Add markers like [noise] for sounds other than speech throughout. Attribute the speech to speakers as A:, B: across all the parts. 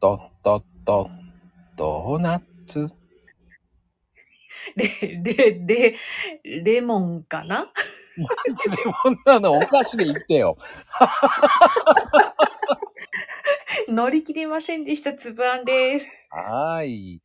A: ドッドッドッドーナツ
B: レ、レ、レ、レモンかな
A: レモンなのお菓子で言ってよ。
B: 乗り切れませんでした、つぶあんです。
A: はーい。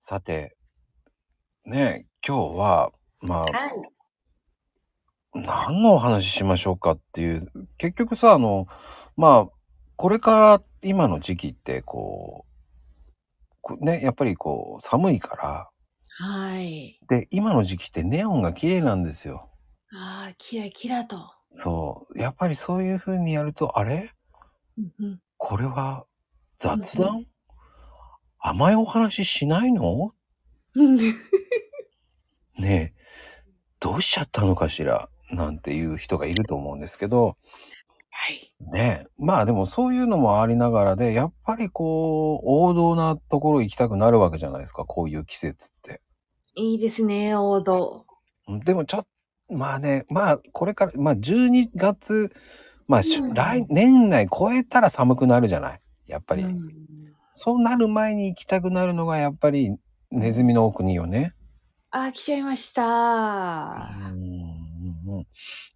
A: さて、ねえ、今日は、まあ、
B: はい。
A: 何のお話ししましょうかっていう、結局さ、あの、まあ、これから今の時期って、こう、こね、やっぱりこう、寒いから、
B: はい。
A: で、今の時期ってネオンが綺麗なんですよ。
B: ああ、キラキラと。
A: そう。やっぱりそういう風にやると、あれ
B: うんうん。
A: これは雑談、甘いお話ししないのねえ、どうしちゃったのかしらなんていう人がいると思うんですけど、
B: はい。
A: ねえ、まあでもそういうのもありながらで、やっぱりこう、王道なところ行きたくなるわけじゃないですか、こういう季節って。
B: いいですね、王道。
A: でもちょっと、まあね、まあこれから、まあ12月、まあ、し
B: うん
A: 来、年内超えたら寒くなるじゃないやっぱり。
B: うん
A: そうなる前に行きたくなるのがやっぱりネズミの奥によね。
B: ああ、来ちゃいまし
A: う
B: た。
A: んうんうん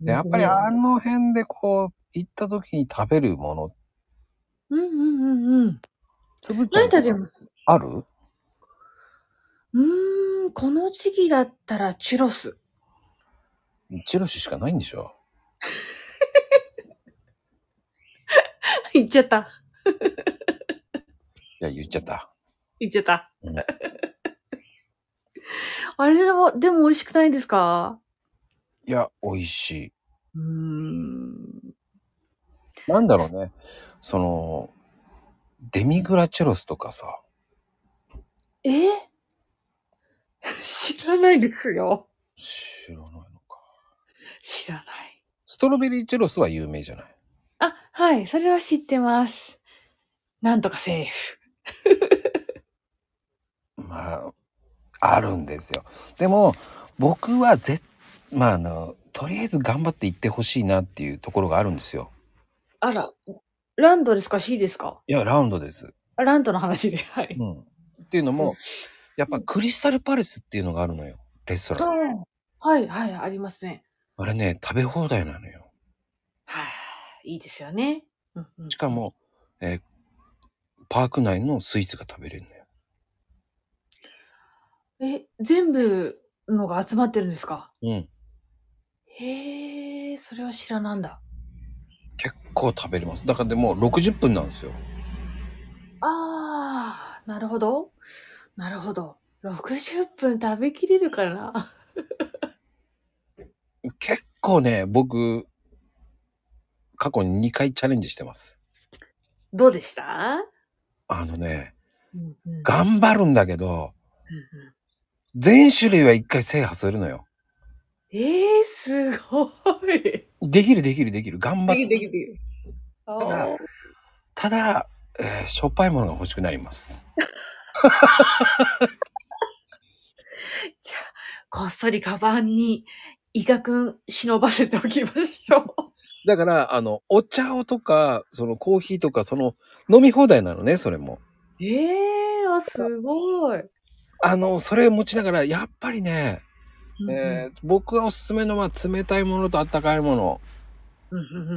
A: でやっぱりあの辺でこう行った時に食べるもの、
B: うんうんうんうん。
A: つぶちゃ
B: 何
A: ん
B: 食べます
A: ある
B: うーん、この時期だったらチュロス。 [laughs]
A: チロシしかないんでしょ
B: 言っちゃった。
A: いや、言っちゃった。
B: 言っちゃった
A: うん。
B: [laughs] あれは、でも美味しくないですか
A: いや、美味し
B: うーん。
A: い。なんだろうね。その、デミグラチュロスとかさ、
B: え知らないですよ。
A: 知らないのか。
B: 知らない。
A: ストロベリーチュロスは有名じゃない。
B: あ、はい、それは知ってます。なんとかセーフ。
A: まあ、あるんですよ。でも、僕はぜ、まあ、あの、とりあえず頑張って行ってほしいなっていうところがあるんですよ。
B: あら、ランドですか ?C ですか
A: いや、ラウンドです。
B: あランドの話で、はい。
A: うん。っていうのも、やっぱクリスタルパレスっていうのがあるのよ。レストラン。
B: はい、はい、ありますね。
A: あれね、食べ放題なのよ。
B: はい、いいですよね。うんうん
A: しか。も、えーパーク内のスイーツが食べれるのよ。
B: え、全部のが集まってるんですか
A: うん。
B: へえ、それは知らなんだ。
A: 結構食べれます。だからでも60分なんですよ。
B: ああ、なるほど。なるほど。60分食べきれるかな
A: 結構ね、僕、過去に2回チャレンジしてます。
B: どうでした、
A: あのね、
B: うんうん
A: 頑張るんだけど、
B: うんうん
A: 全種類は一回制覇するのよ。
B: ええー、すごい。で
A: できるできるできる。頑張
B: き
A: る。
B: るできるできる。 [laughs] あ
A: ただ
B: ー
A: ただ、えーしょっぱいものが欲しくなります。
B: じゃあ、こっそりカバンにイカくん忍ばせておきましょう。 [laughs]
A: だから、あの、お茶をとか、そのコーヒーとか、その、飲み放題なのね、それも。
B: ええー、あ、すごい。
A: あの、それ持ちながら、やっぱりね、
B: うんうん
A: えー僕がおすすめのは冷たいものと温かいもの
B: うんうんう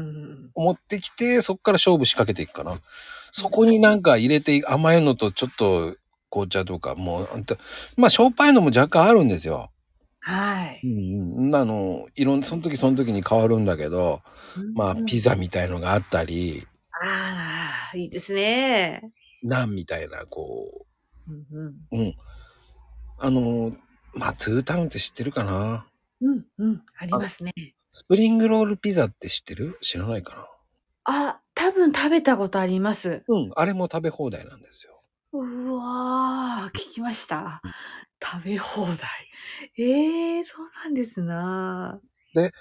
B: ん
A: を持ってきて、そこから勝負仕掛けていくかな。そこになんか入れてい甘いのとちょっと紅茶とか、もう、あんたまあ、しょっぱいのも若干あるんですよ。
B: はい。
A: うんうん、あの、いろん、その時その時に変わるんだけど、まあ、ピ
B: ザ。
A: ザみたいのがあったり、
B: ああ、いいですね。
A: ナンみたいな、こ
B: うんうん
A: う、うん。あの、まあ、トゥータウンって知ってるかな
B: うんうん、ありますね。
A: スプリングロールピザって知ってる知らないかな
B: あ、多分食べたことあります。
A: うん、あれも食べ放題なんですよ。
B: うわー、聞きました。食べ放題。ええー、そうなんですな。
A: やっ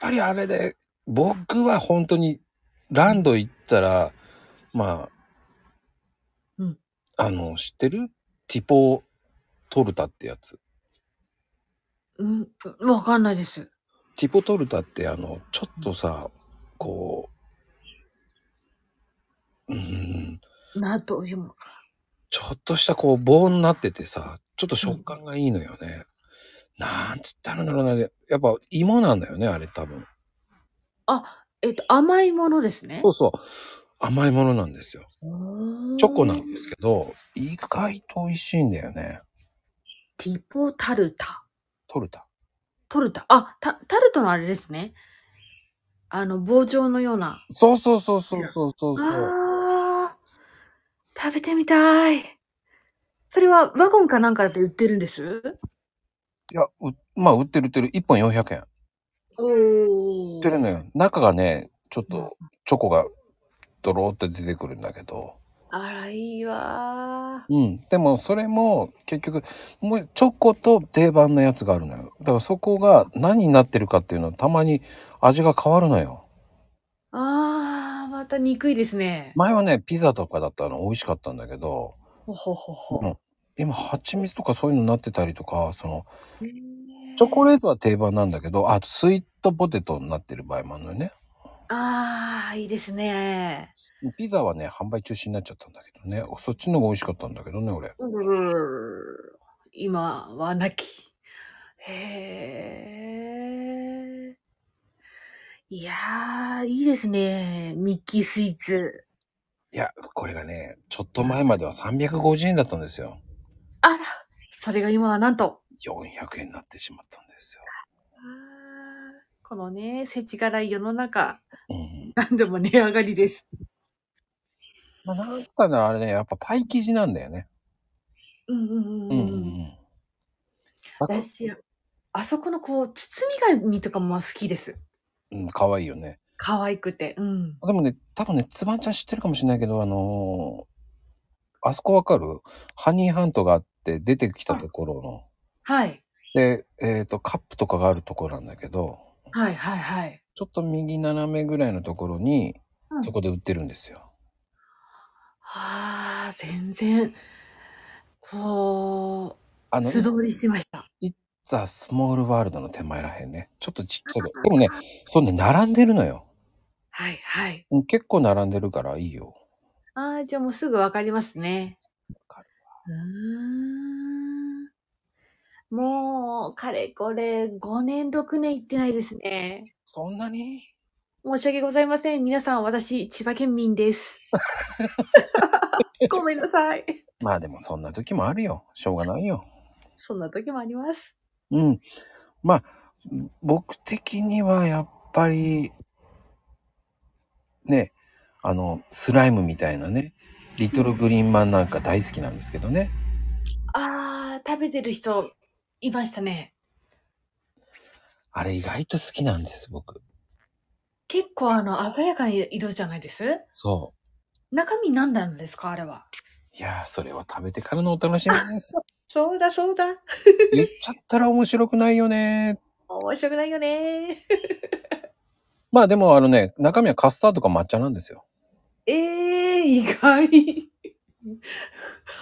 A: ぱりあれで、僕は本当に、ランド行ったら、まあ、
B: うん
A: あの、知ってるティポートルタってやつ。
B: うん、わかんないです。
A: ティポトルタってあの、ちょっとさ、こう、うーん、
B: な、どういうものか
A: ちょっとしたこう棒になっててさ、ちょっと食感がいいのよね。なんつったらいいんだろうな。やっぱ芋なんだよね、あれ多分。
B: な。あ、えっと、甘いものですね
A: そ。うそう。甘いものなんですよ。チョコな
B: の
A: んですけど、意外と美味しいんだよね。
B: ティポタルタ。
A: トルタ。
B: トルタ。あ、タタルトのあれですね。あの、棒状のような。
A: そうそうそうそうそうそうそう。
B: あー、食べてみたい。それはワゴンかなんかで売ってるんです
A: いや、うまあ、売ってる売ってる。1本400円。
B: お
A: 売ってるのよ。中がね、ちょっとチョコがドローって出てくるんだけど。
B: あら、いいわ
A: うん。でも、それも、結局、もう、チョコと定番のやつがあるのよ。だから、そこが何になってるかっていうのは、たまに味が変わるのよ。
B: ー。あー、また憎いですね。
A: 前はね、ピザとかだったの美味しかったんだけど、
B: ほほほほ。
A: うん今、蜂蜜とかそういうのになってたりとか、その、
B: チ
A: チョコ
B: レ
A: レートは定番なんだけど、あと、スイートポテトになってる場合もあるのよね。
B: あー、いいですね。
A: ピザはね、販売中止になっちゃったんだけどね。そっちの方が美味しかったんだけどね、俺。
B: 今はなき。へえ。いやー、いいですね。ミッキースイーツ。
A: いや、これがね、ちょっと前までは350円だったんですよ。
B: あら、それが今はなんと。
A: 400円になってしまったんですよ。
B: あーこのね、世知辛い世の中、
A: うん。
B: 何でも値上がりです。
A: まあ、なんつったのあれね、やっぱパイ生地なんだよね。
B: うんうんう
A: うんう
B: ん
A: ん
B: う。
A: うんん。あと
B: 私、あそこのこう、包み紙とかも好きです。
A: うん、可愛いよね。
B: 可愛くて。うん。
A: でもね、多分ね、つばんちゃん知ってるかもしれないけど、あのーあそこわかるハニーハントがあって出てきたところの。
B: はい。
A: で、えっ、と、カップとかがあるところなんだけど、
B: はいはいはい。
A: ちょっと右斜めぐらいのところに
B: う、ん
A: そこで売ってるんですよ。
B: ああ、全然、こ
A: あ
B: う、
A: の、
B: 素通りしました。
A: ザ・スモールワールドの手前らへんね。ちょっとちっちゃいけど。でもね、そうね、並んでるのよ。
B: はいはい。
A: うん結構並んでるからいいよ。
B: ああ、じゃあもうすぐわかりますね。
A: わかる
B: うーん。もう、かれこれ5年、6年行ってないですね。
A: そんなに
B: 申し訳ございません。皆さん、私、千葉県民 [laughs] です。ごめんなさい。
A: まあでもそんな時もあるよ。しょうがないよ。
B: そんな時もあります。
A: うん。まあ、僕的にはやっぱり、ね、あの、スライムみたいなね、リトルグリーンマンなんか大好きなんですけどね。
B: ああ、食べてる人、いましたね。
A: あれ意外と好きなんです、僕。
B: 結構、あの、鮮やかな色じゃないです
A: そ
B: 中身何なんですかあれは。
A: う。いやー、それは食べてからのお楽しみです。
B: そうだそうだ。
A: 言っちゃったら面白くないよね。
B: 面白くないよね。
A: まあでもあのね、中身はカスタードか抹茶なんですよ。
B: ええ意外。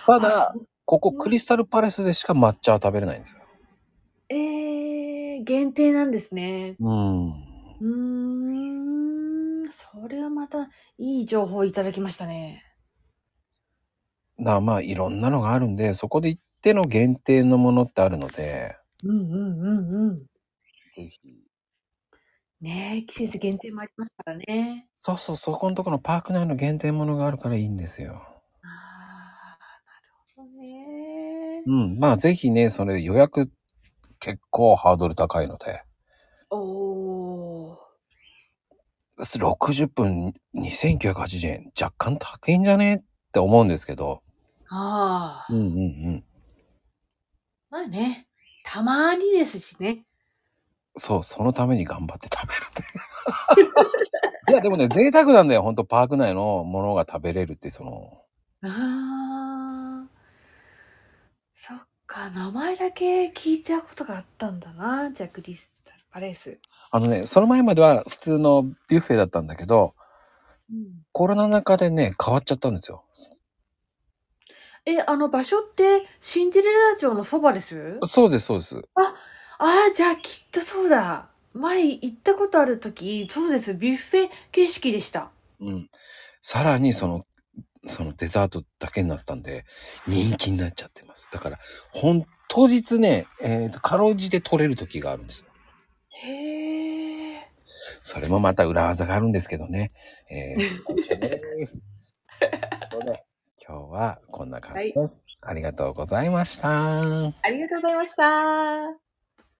A: ただ、ここクリスタルパレスでしか抹茶は食べれないんですよ。
B: ええ限定なんですね。
A: うん。
B: うーん、それはまたいい情報をいただきましたね。
A: だからまあいろんなのがあるんでそこで行っての限定のものってあるので
B: うんうんうんうん。
A: ぜひ
B: ねえ、季節限定もありますからね。
A: そうそうそこのところのパーク内の限定ものがあるからいいんですよ
B: ああ、なるほどね。
A: うんまあぜひねそれ予約結構ハードル高いので
B: おー。
A: 60分2980円若干高いんじゃねって思うんですけど
B: ああ、
A: うんうんうん
B: まあね、たまにですしね。
A: そうそのために頑張って食べるって [laughs] いやでもね贅沢なんだよほんとパーク内のものが食べれるってその
B: ああ、そっか、名前だけ聞いたことがあったんだな、ジャック・ディスタル・パレス。
A: あのねその前までは普通のビュッフェだったんだけど
B: うん、
A: コロナ中でね、変わっちゃったんですよ。
B: え、あの場所ってシンデレラ城のそばです
A: そうです、そうです。
B: ああ、じゃあきっとそうだ。前行ったことある時、そうです、ビュッフェ形式でした。
A: うん。さらに、その、そのデザートだけになったんで、人気になっちゃってます。だから、ほん、当日ね、えーと、かろうじて取れる時があるんですよ。
B: へえ。
A: それもまた裏技があるんですけどね。えー、内緒です。ということで今日はこんな感じです。ありがとうございました。
B: ありがとうございました。